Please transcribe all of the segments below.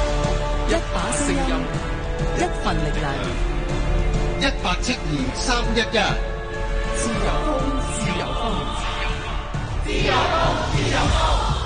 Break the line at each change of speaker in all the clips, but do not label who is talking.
一把聲音，一份力量，
一八七二三一一，
自由風，自由風，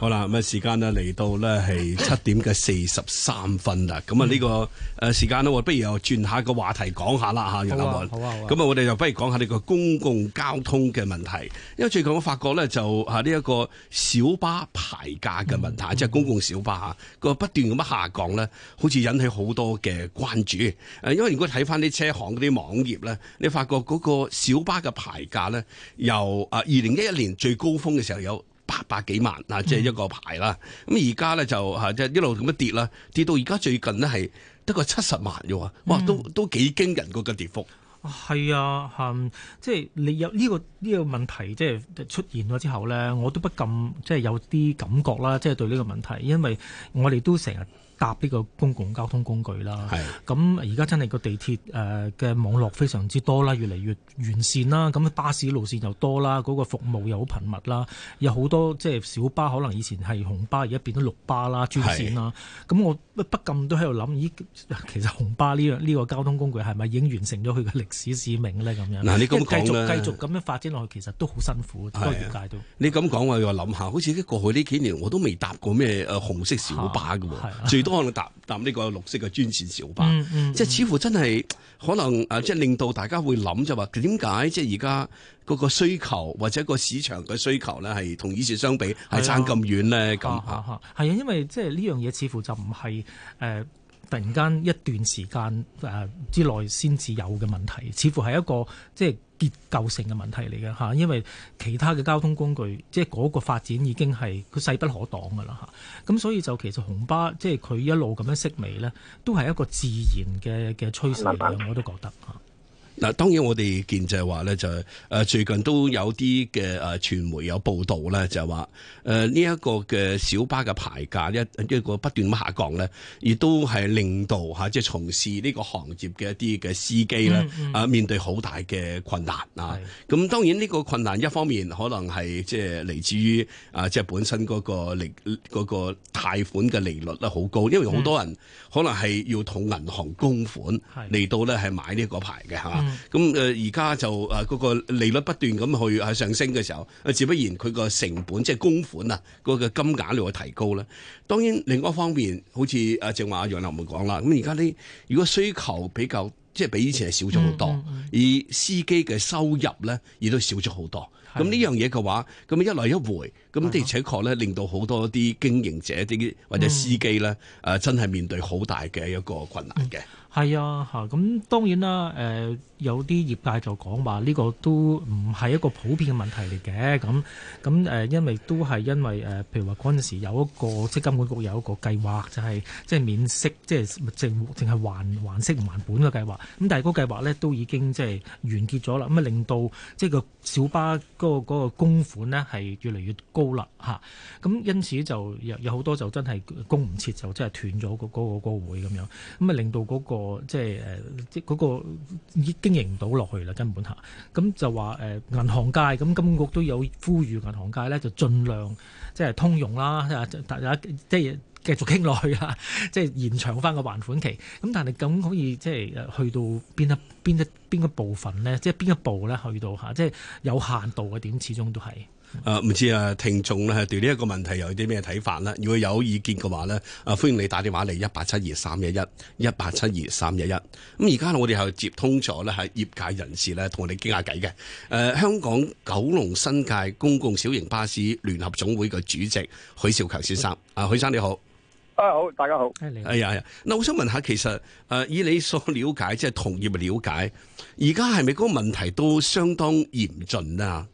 好啦，咁啊時間咧嚟到咧係 七點嘅四十三分啦，咁啊
嗯
呢個誒時間啊咧，我不如又轉下個話題講下啦嚇，楊立文。
好啊好啊
咁啊，我哋就不如講下呢個公共交通嘅問題，因為最近我發覺咧就嚇呢一個小巴牌價嘅問題，
嗯
即係公共小巴嚇個不斷咁樣下降咧，好似引起好多嘅關注。誒，因為如果睇翻啲車行嗰啲網頁咧，你發覺嗰個小巴嘅牌價咧，由啊二零一一年最高峰嘅時候有。八百幾萬
嗯
啊，即係一個牌啦。咁而家咧就嚇即係一路咁樣跌啦，跌到而家最近咧係得個七十萬啫喎，
嗯
哇，都都幾驚人嗰個跌幅。
係啊，嚇、嗯即係你有呢、個呢、個問題，即係出現咗之後咧，我都不禁即係有啲感覺啦，即係對呢個問題，因為我哋都成日搭呢個公共交通工具啦。
係
咁而家真係個地鐵誒嘅網絡非常之多啦，越嚟越完善啦。咁巴士路線又多啦，嗰、個服務又好頻密啦，有好多即係小巴，可能以前係紅巴，而家變咗綠巴啦、專線啦。咁我不不禁都喺度諗，咦，其實紅巴呢樣呢個交通工具係咪已經完成咗佢嘅歷史使命咧？咁樣
嗱你咁
因為繼
講
續
咧
繼續咁樣發展落去，其實都好辛苦，
係
個
啊
業界都。
你咁講我又諗下，好似啲過去呢幾年我都未搭過咩誒紅色小巴嘅
係
喎，
啊
最多可能搭搭呢個綠色嘅專線小巴，
嗯嗯
即係似乎真係可能誒，即係令到大家會諗就話點解即係而家嗰個需求或者個市場嘅需求咧係同以前相比係差咁遠咧咁
啊嚇嚇
嚇。
嚇係啊，因為即係呢樣嘢似乎就唔係誒。呃突然間一段時間誒、呃之內先至有嘅問題，似乎係一個即係結構性嘅問題嚟嘅嚇，因為其他嘅交通工具即係嗰個發展已經係佢勢不可擋㗎啦嚇，咁所以就其實紅巴即係佢一路咁樣式微呢，都係一個自然嘅嘅趨勢嚟嘅，我都覺得嚇。
嗱，當然我哋見就係話咧，就係誒最近都有啲嘅誒傳媒有報道咧，就係話誒呢一個嘅小巴嘅牌價一一個不斷咁下降咧，亦都係令到嚇即係從事呢個行業嘅一啲嘅司機咧
嗯，嗯
啊面對好大嘅困難啊
係。
咁當然呢個困難一方面可能係即係嚟自於啊，即係本身嗰個利嗰個貸款嘅利率咧好高，因為好多人可能係要同銀行供款
係
嚟到咧係買呢個牌嘅嚇。
嗯
咁呃誒而家就誒嗰個利率不斷咁去啊上升嘅時候，啊自不然佢個成本即係供款啊嗰個金額就會提高啦。當然另一方面，好似啊正話阿楊立文講啦，咁而家呢如果需求比較即係比以前係少咗好多，
嗯嗯
而司機嘅收入咧亦都少咗好多。咁
係
呢樣嘢嘅話，咁一來一回，咁的而且確咧，令到好多啲經營者、啲或者司機咧，誒、真係面對好大嘅一個困難嘅。
係啊，嚇咁當然啦，誒、有啲業界就講話呢個都唔係一個普遍嘅問題嚟嘅，咁咁誒，因為都係因為誒、譬如話嗰陣時有一個即係金管局有一個計劃，就係、即係免息，即係淨淨係還還息唔還本嘅計劃，咁但係嗰個計劃咧都已經即係完結咗啦，咁啊令到即係個小巴嗰、個嗰個供款咧係越嚟越高啦，嚇、咁因此就有有好多就真係供唔切，就真係斷咗嗰嗰個嗰個會咁樣，咁啊令到嗰、個即係誒呃即係嗰個已經經營唔到落去啦，根本嚇。咁就話誒、呃銀行界咁金管局都有呼籲銀行界咧，就盡量即係通用啦，啊大家即係。繼續傾落去啦， 即係延長翻個還款期。咁但係咁可以即係誒去到邊一邊一邊一部分咧，即係邊一步咧去到嚇，即係有限度嘅點，始終都係。
誒唔知啊，聽眾咧對呢一個問題有啲咩睇法咧？如果有意見嘅話咧，啊歡迎你打電話嚟一八七二三一一一八七二三一一。咁而家我哋係接通咗咧，係業界人士咧同我哋傾下偈嘅。誒、香港九龍新界公共小型巴士聯合總會嘅主席許少強先生。啊，許生你好。
啊好，大家好。
誒你
哎呀，哎呀嗱，我想問下，其實誒、呃以你所了解，即係同業嘅了解，而家係咪嗰個問題都相當嚴峻啊？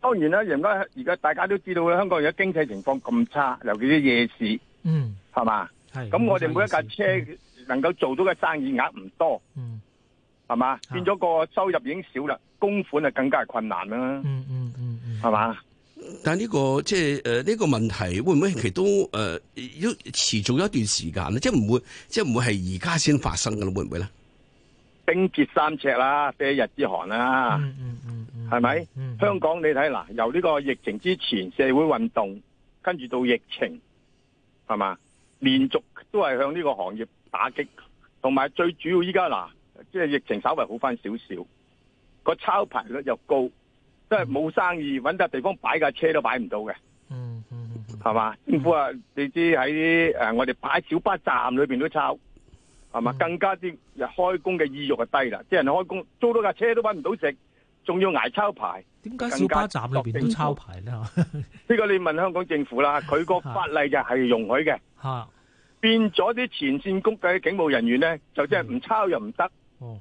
當然啦，而家而家大家都知道啦，香港而家經濟情況咁差，尤其啲夜市
嗯
係嘛，
係。
咁我哋每一架
冇晒意思
車能夠做到嘅生意額唔多
嗯
係嘛，變咗個收入已經少啦，供款啊更加係困難啦，
嗯嗯嗯嗯。
係嘛？
但係、呢個即係誒呢個問題，會唔會其實都誒、呃要持續一段時間咧？即係唔會，即係唔會係而家先發生㗎啦？會唔會咧？
冰結三尺啦，啤日之寒啦，
嗯嗯嗯嗯，
係咪
嗯？
香港你睇嗱，由呢個疫情之前社會運動，跟住到疫情，係嘛？連續都係向呢個行業打擊，同埋最主要依家嗱，即係疫情稍微好翻少少，個抄牌率又高，即係冇生意，揾笪地方擺架車都擺唔到嘅，
嗯嗯嗯嗯
係嘛？政府啊，你知喺誒、呃我哋擺小巴站裏邊都抄，係嘛？
嗯
更加啲人開工嘅意欲就低啦，啲人開工租到架車都揾唔到食，仲要捱抄牌。
點解小巴站裏邊都抄牌咧？
呢個你問香港政府啦，佢個法例就係容許嘅，
嚇，
變咗啲前線工嘅警務人員咧，就即係唔抄又唔得，
哦，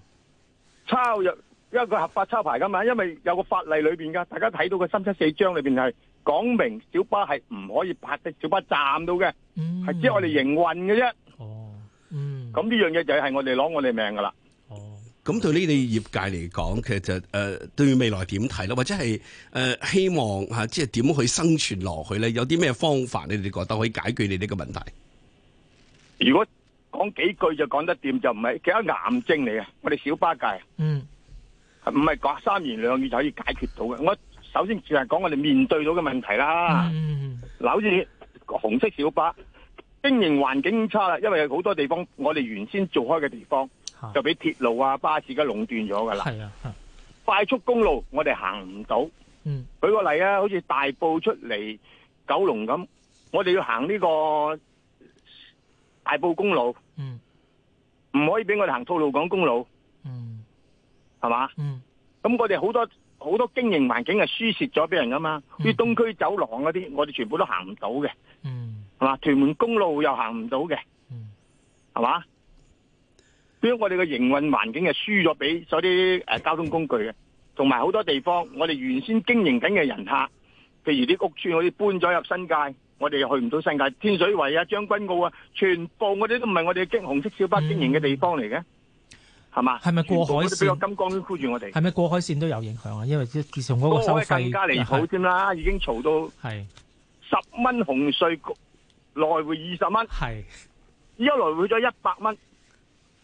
抄又因為佢合法抄牌噶嘛，因為有個法例裏邊噶，大家睇到個三七四章裏邊係講明小巴係唔可以泊的小巴站到嘅，
嗯，
係只係我哋營運嘅啫。
哦，嗯，
咁呢樣嘢就係我哋攞我哋命噶啦。
哦，
咁對呢啲業界嚟講，其實誒、呃、對未來點睇咧，或者係誒、呃希望嚇、即係點去生存落去咧？有啲咩方法你哋覺得可以解決你呢個問題？
如果講幾句就講得掂，就唔係其實癌症嚟嘅，我哋小巴界。
嗯，
唔係講三言兩語就可以解決到嘅。我首先就係講我哋面對到嘅問題啦。
嗯，
嗱，好似紅色小巴經營環境差啦，因為好多地方我哋原先做開嘅地方
嚇，
就俾鐵路啊、巴士嘅壟斷咗 㗎啦。
係啊，嚇
快速公路我哋行唔到，
嗯，
舉個例啊，好似大埔出嚟九龍咁，我哋要行呢個大埔公路，
嗯，
唔可以俾我哋行吐露港公路，
嗯，
係嘛？
嗯，
咁我哋好多好多經營環境係輸蝕咗俾人噶嘛，
嗯
啲東區走廊嗰啲，我哋全部都行唔到嘅，
嗯，
係嘛？屯門公路又行唔到嘅，
嗯，
係嘛？所以我哋嘅營運環境係輸咗俾咗啲誒交通工具嘅，同埋好多地方我哋原先經營緊嘅人客，譬如啲屋村嗰啲搬咗入新界，我哋又去唔到新界，天水圍啊、將軍澳啊，全部我哋都唔係我哋經紅色小巴經營嘅地方嚟嘅，係嘛？
嗯係咪過海線
全部都俾個金光圈箍住我哋？
係咪過海線都有影響啊？因為自自從嗰
嗰
個收
個
費啊
更加離譜添啦，已經嘈到
係
十蚊紅税來回二十蚊，
係
依家來回咗一百蚊，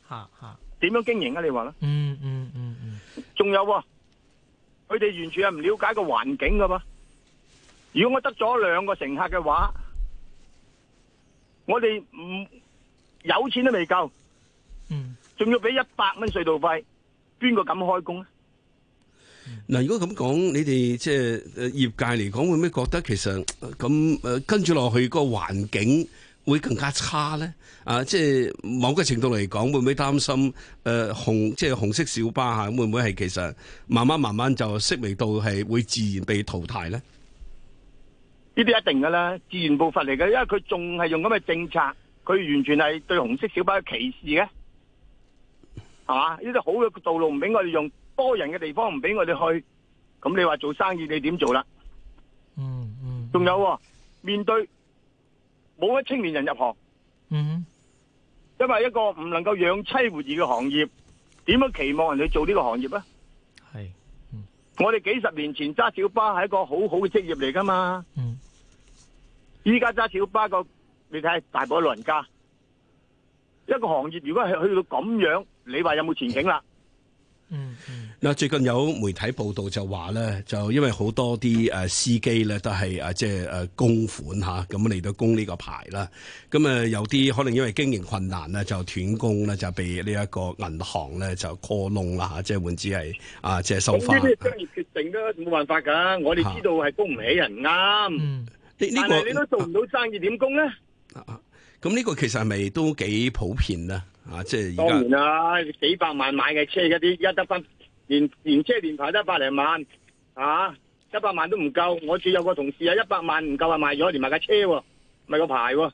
嚇嚇，
點樣經營啊？你話啦，
嗯嗯嗯嗯，
仲有喎，佢哋完全係唔了解個環境噶嘛。如果我得咗兩個乘客嘅話，我哋唔有錢都未夠，
嗯
仲要俾一百蚊隧道費，邊個敢開工啊？
嗱，如果咁講，你哋即係誒業界嚟講，會唔會覺得其實呃咁誒跟住落去個環境會更加差咧？啊，即係某個程度嚟講，會唔會擔心誒、呃、紅即係紅色小巴嚇，會唔會係其實慢慢慢慢就式微到係會自然被淘汰咧？
呢啲一定噶啦，自然步伐嚟嘅，因為佢仲係用咁嘅政策，佢完全係對紅色小巴嘅歧視嘅，係嘛？呢啲好嘅道路唔俾我哋用，多人嘅地方唔俾我哋去，咁你話做生意你點做啦？
嗯嗯，
仲有、喎，面對冇乜青年人入行，
嗯
因為一個唔能夠養妻活兒嘅行業，點樣期望人去做呢個行業啊？
係
我哋幾十年前揸小巴係一個好好嘅職業嚟噶嘛，
嗯
依家揸小巴個，你睇下大把老人家，一個行業如果係去到咁樣，你話有冇前景啦？
嗯嗯
嗱，最近有媒體報道就話咧，就因為好多啲誒司機咧都係誒即係誒供款嚇，咁嚟到供呢個牌啦。咁誒有啲可能因為經營困難咧，就斷供咧，就被呢一個銀行咧就 call loan 啦嚇，即係換之係啊，即係收 翻。呢
業決定都冇辦法噶，我
哋知
道係供唔起人啱，
嗯
呢個
唔到生意，點供咧？
啊啊咁呢個其實係咪都幾普遍啊？啊，即係
當
而
然
家
啦，幾百萬買嘅車嗰啲，一得翻連連車連牌得百零萬，啊，一百萬都唔夠。我似有個同事啊，一百萬唔夠啊，賣咗連埋架車喎，咪個牌喎。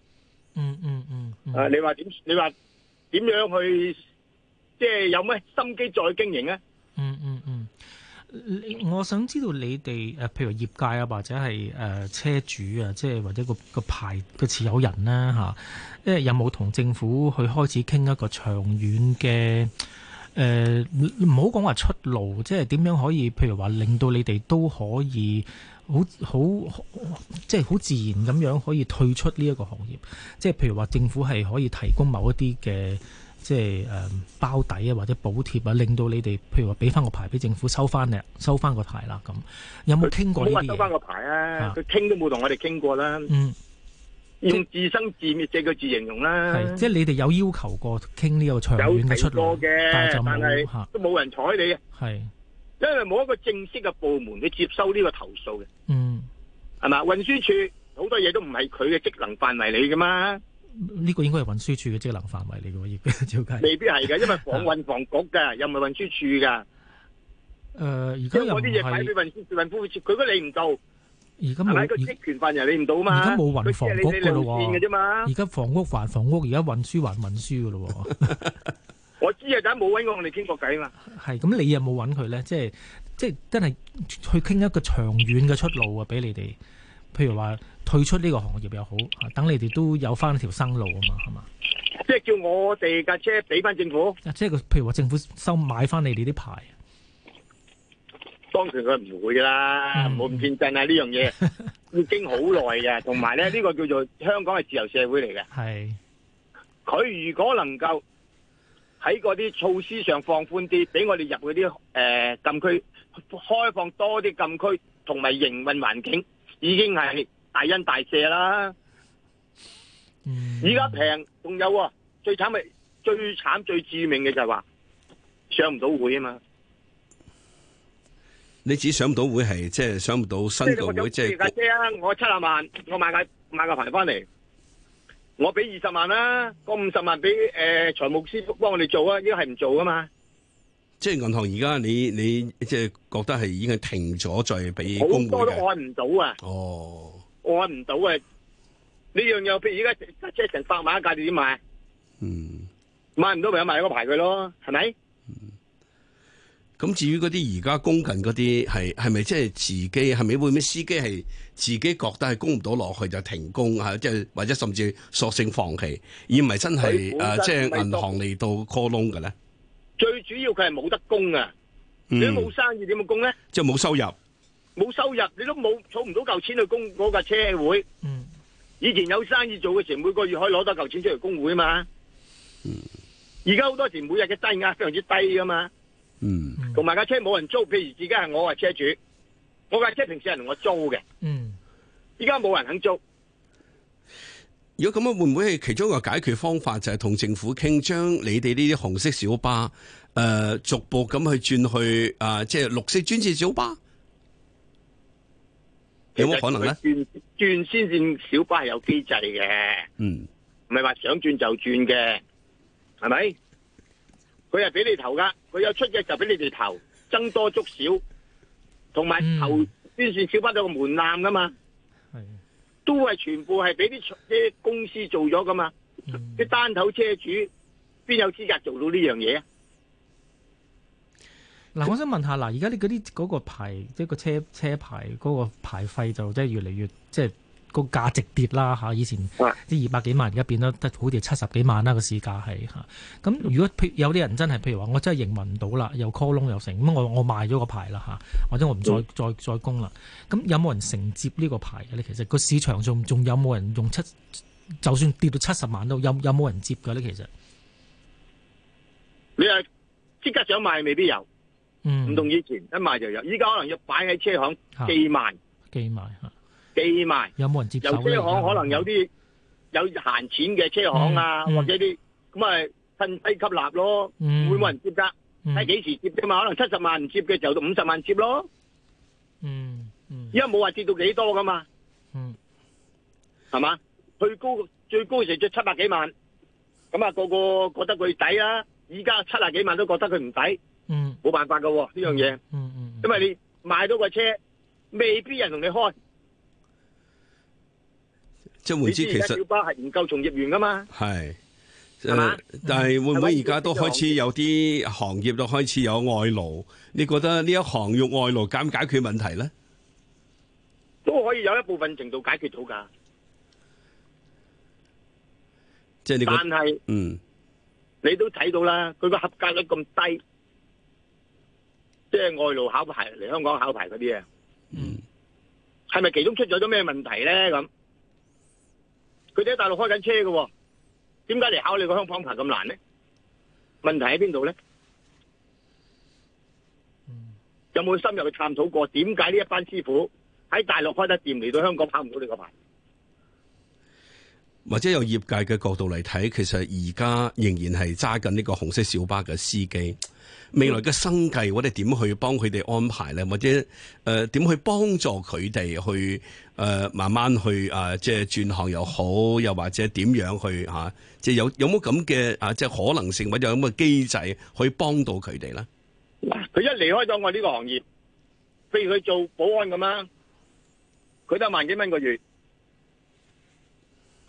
嗯嗯嗯，
啊！你話點？你話點樣去？即係有咩心機再經營啊咧？
嗯嗯嗯，你我想知道你哋誒，譬如業界啊，或者係誒、呃、車主啊，即係或者個個牌個持有人啦嚇，即、係有冇同政府去開始傾一個長遠嘅誒，唔好講話出路，即係點樣可以，譬如話令到你哋都可以好好即係好自然咁樣可以退出呢一個行業，即係譬如話政府係可以提供某一啲嘅。即係誒、嗯包底啊，或者補貼啊，令到你哋譬如話俾翻個牌俾政府收翻咧，收翻個牌啦咁。有冇傾過
冇
呢
話
啲
收翻
嘢？
個牌啊
啊！
佢傾都冇同我哋傾過啦。
嗯
用自生自滅四個字形容啦。
係即係你哋有要求過傾呢個長
嗯有
遠嘅
提
出路
過，嘅，
但係就冇
但係
嚇，
都冇人睬你嘅，
係
因為冇一個正式嘅部門去接收呢個投訴嘅，
嗯。
係嘛？運輸署好多嘢都唔係佢嘅職能範圍嚟噶嘛，
呢個應該係運輸署嘅職能範圍嚟嘅喎，亦都 照計。
未必 係嘅，因為房運房局㗎，又唔係運輸署㗎。
誒，而家
將
又
嗰
唔
啲嘢擺
係
俾，運輸署運輸署，佢都理唔到，
而家
係
冇，
咪？個
而
職權範圍理唔到嘛？
而家冇運
佢只係
房
你
局
你
㗎咯
路線
喎
嘅啫嘛。
而家房屋還房屋，而家運輸還運輸嘅咯喎。
我知啊，但係冇揾過我哋傾過偈嘛。
係，咁你有冇揾佢咧？即係即係真係去傾一個長遠嘅出路啊，俾你哋。譬如話退出呢個行業又好，啊等你哋都有翻條生路啊嘛，係嘛？
即係叫我哋架車俾翻政府，
啊即係佢譬如話政府收買翻你哋啲牌，
當然佢唔會啦，
嗯
唔好咁天真啊！呢 樣嘢已經好耐嘅，同埋咧呢個叫做香港係自由社會嚟嘅。
係
佢如果能夠喺嗰啲措施上放寬啲，俾我哋入嗰啲誒禁區，開放多啲禁區同埋營運環境，已經係大恩大謝啦。
嗯，
而家平，仲有啊，最慘係最慘最致命嘅就係話上唔到會啊嘛。
你只上唔到會係即係上唔到新
即係我
嘅
有
會，即
架
係
車啊，我七十萬，我買架買架牌翻嚟，我俾二十萬啦，嗰五十萬俾誒財務師傅幫我哋做啊，依家係唔做噶嘛，
即係銀行而家你你即係覺得係已經係停咗再俾
好
工會
多都
嘅。
按唔到啊，
哦，
按唔到啊！呢樣嘢譬如而家架車成百萬一架，你點買？
嗯，
買唔到咪買個牌佢咯，係咪？
咁至於嗰啲而家供緊嗰啲係係咪即係自己係咪會唔會司機係自己覺得係供唔到落去就停工啊？即係或者甚至索性放棄，而唔係真係
佢
誒、
本身
啊即係
咪
銀行嚟到 call loan 嘅咧？
最主要佢係冇得供啊！你都
嗯
冇，生意點樣供咧？
即係冇收入。
冇收入，你都冇儲唔到嚿錢去供嗰架車會。
嗯
以前有生意做嘅時候，每個月可以攞多嚿錢出嚟供會嘛。而家好多時每日嘅低額非常之低噶嘛，
嗯
嗯
同埋架車冇人租。譬如而家係我係車主，我架車平時係同我租嘅，
嗯。
而家冇人肯租。
如果咁樣會唔會係其中一個解決方法就係同政府傾，將你哋呢啲紅色小巴誒、呃逐步咁去轉去啊、即係綠色專線小巴，有冇可能咧？
其實佢轉轉先線小巴係有機制嘅，
嗯，
唔係話想轉就轉嘅，係咪？佢係俾你投噶，佢有出嘅就俾你哋投，增多足少，同埋
嗯
投專線小巴有個門檻噶嘛。
係，
都係全部係俾啲啲公司做咗噶嘛，
嗯
啲單頭車主邊有資格做到呢樣嘢啊？
嗱，我想問下，嗱，而家你嗰啲嗰個牌，即係個車車牌嗰個牌費就即係越嚟越即係個價值跌啦嚇。以前
啊
啲二百幾萬，而家變得得好似七十幾萬啦個市價係嚇。咁
嗯
如果譬如有啲人真係譬如話，我真係營運唔到啦，又 call 窿又成，咁我我賣咗個牌啦嚇，或者我唔再
嗯
再再供啦。咁有冇人承接呢個牌嘅咧？其實個市場仲仲有冇人用七，就算跌到七十萬都有有冇人接嘅咧？其實，
你係即刻想賣未必有，
嗯，
唔同以前一賣就有，依家可能要擺喺車行
嚇
寄賣
寄埋嚇，
寄賣，
有冇人接
有
手咧？
車行可能有啲有閒錢嘅車行啊，
嗯嗯
或者啲咁啊趁低吸納咯，
嗯
會冇人接㗎？
嗯
睇幾時接啫嘛？可能七十萬唔接嘅就到五十萬接咯，
嗯嗯
依家冇話跌到幾多噶嘛，
嗯
係嘛？最高最高成咗七百幾萬，咁啊個個覺得佢抵啊！依家七啊幾萬都覺得佢唔抵，
嗯
冇辦法噶喎呢樣嘢，
嗯嗯，
因為你買到個車，未必有人同你開。
即係
你
換之
知
其
而家
實
小巴係唔夠從業員噶嘛？
係。
係嘛
誒，但係會唔會而家都開始有啲行業都開始有外勞？你覺得呢一行用外勞解唔解決問題咧？
都可以有一部分程度解決到㗎，
即係你覺
但係
嗯
你都睇到啦，佢個合格率咁低，即係外勞考牌嚟香港考牌嗰啲啊，
嗯
係咪其中出咗啲咩問題咧？咁佢哋喺大陸開緊車嘅喎，點解嚟考你個香港牌咁難咧？問題喺邊度咧？有冇深入去探討過點解呢一班師傅喺大陸開得掂嚟到香港考唔到你個牌？
或者由業界嘅角度嚟睇，其實而家仍然係揸緊呢個紅色小巴嘅司機。未來嘅生計，我哋點去幫佢哋安排咧？或者誒點、去幫助佢哋去誒、呃慢慢去啊、即係轉行又好，又或者點樣去嚇、啊即係有有冇咁嘅啊，即係可能性或者有咁嘅機制去幫到佢哋咧？
嗱，佢一離開咗我呢個行業，譬如佢做保安咁啦，佢得萬幾蚊個月，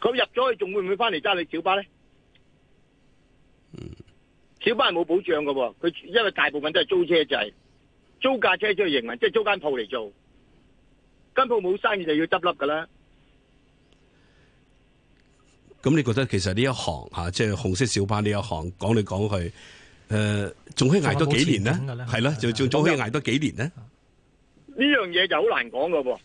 佢入咗去仲會唔會翻嚟揸你小巴咧？小巴係冇保障噶喎，佢因為大部分都係租車制，租架車出去營運，即係租間鋪嚟做，間鋪冇生意就要執笠噶啦。
咁你覺得其實呢一行嚇、啊即係紅色小巴呢一行講嚟講去，誒仲可以捱多幾年
仲有冇前景嘅
呢？
呢
係啦，就仲仲可以捱多幾年呢？
呢樣嘢就好難講噶喎，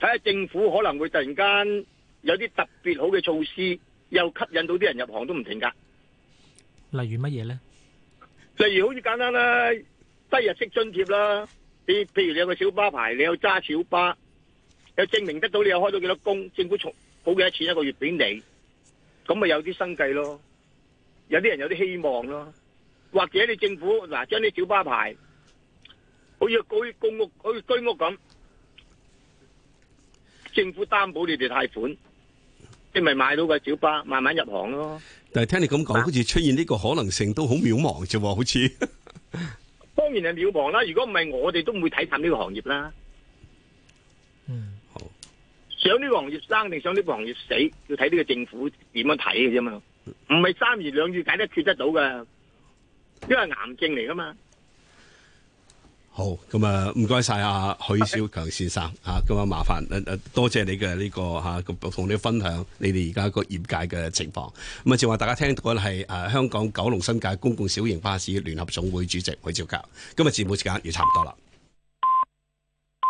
睇下政府可能會突然間有啲特別好嘅措施，又吸引到啲人入行都唔停㗎。
例如乜嘢咧？
例如好似簡單啦，低日息津貼啦，你譬如你有個小巴牌，你有揸小巴，又證明得到你有開到幾多工，政府重補幾多錢一個月俾你，咁咪有啲生計咯，有啲人有啲希望咯，或者你政府嗱將啲小巴牌，好似居公屋、好似居屋咁，政府擔保你哋貸款，你咪買到個小巴，慢慢入行咯。
但係聽你咁講，好似出現呢個可能性都好渺茫啫喎，好似。
當然係渺茫啦，如果唔係我哋都唔會睇淡呢個行業啦。
嗯，
好。
想呢個行業生定想呢個行業死，要睇呢個政府點樣睇嘅啫嘛。唔係三言兩語解得決得到噶，因為癌症嚟噶嘛。
好，咁啊，唔該晒啊，許少強先生啊，咁啊，麻煩誒誒，多謝你嘅呢、個嚇，咁、同你分享你哋而家個業界嘅情況。咁啊，正話大家聽到嘅係啊誒香港九龍新界公共小型巴士聯合總會主席許少強。今日節目時間要差唔多啦。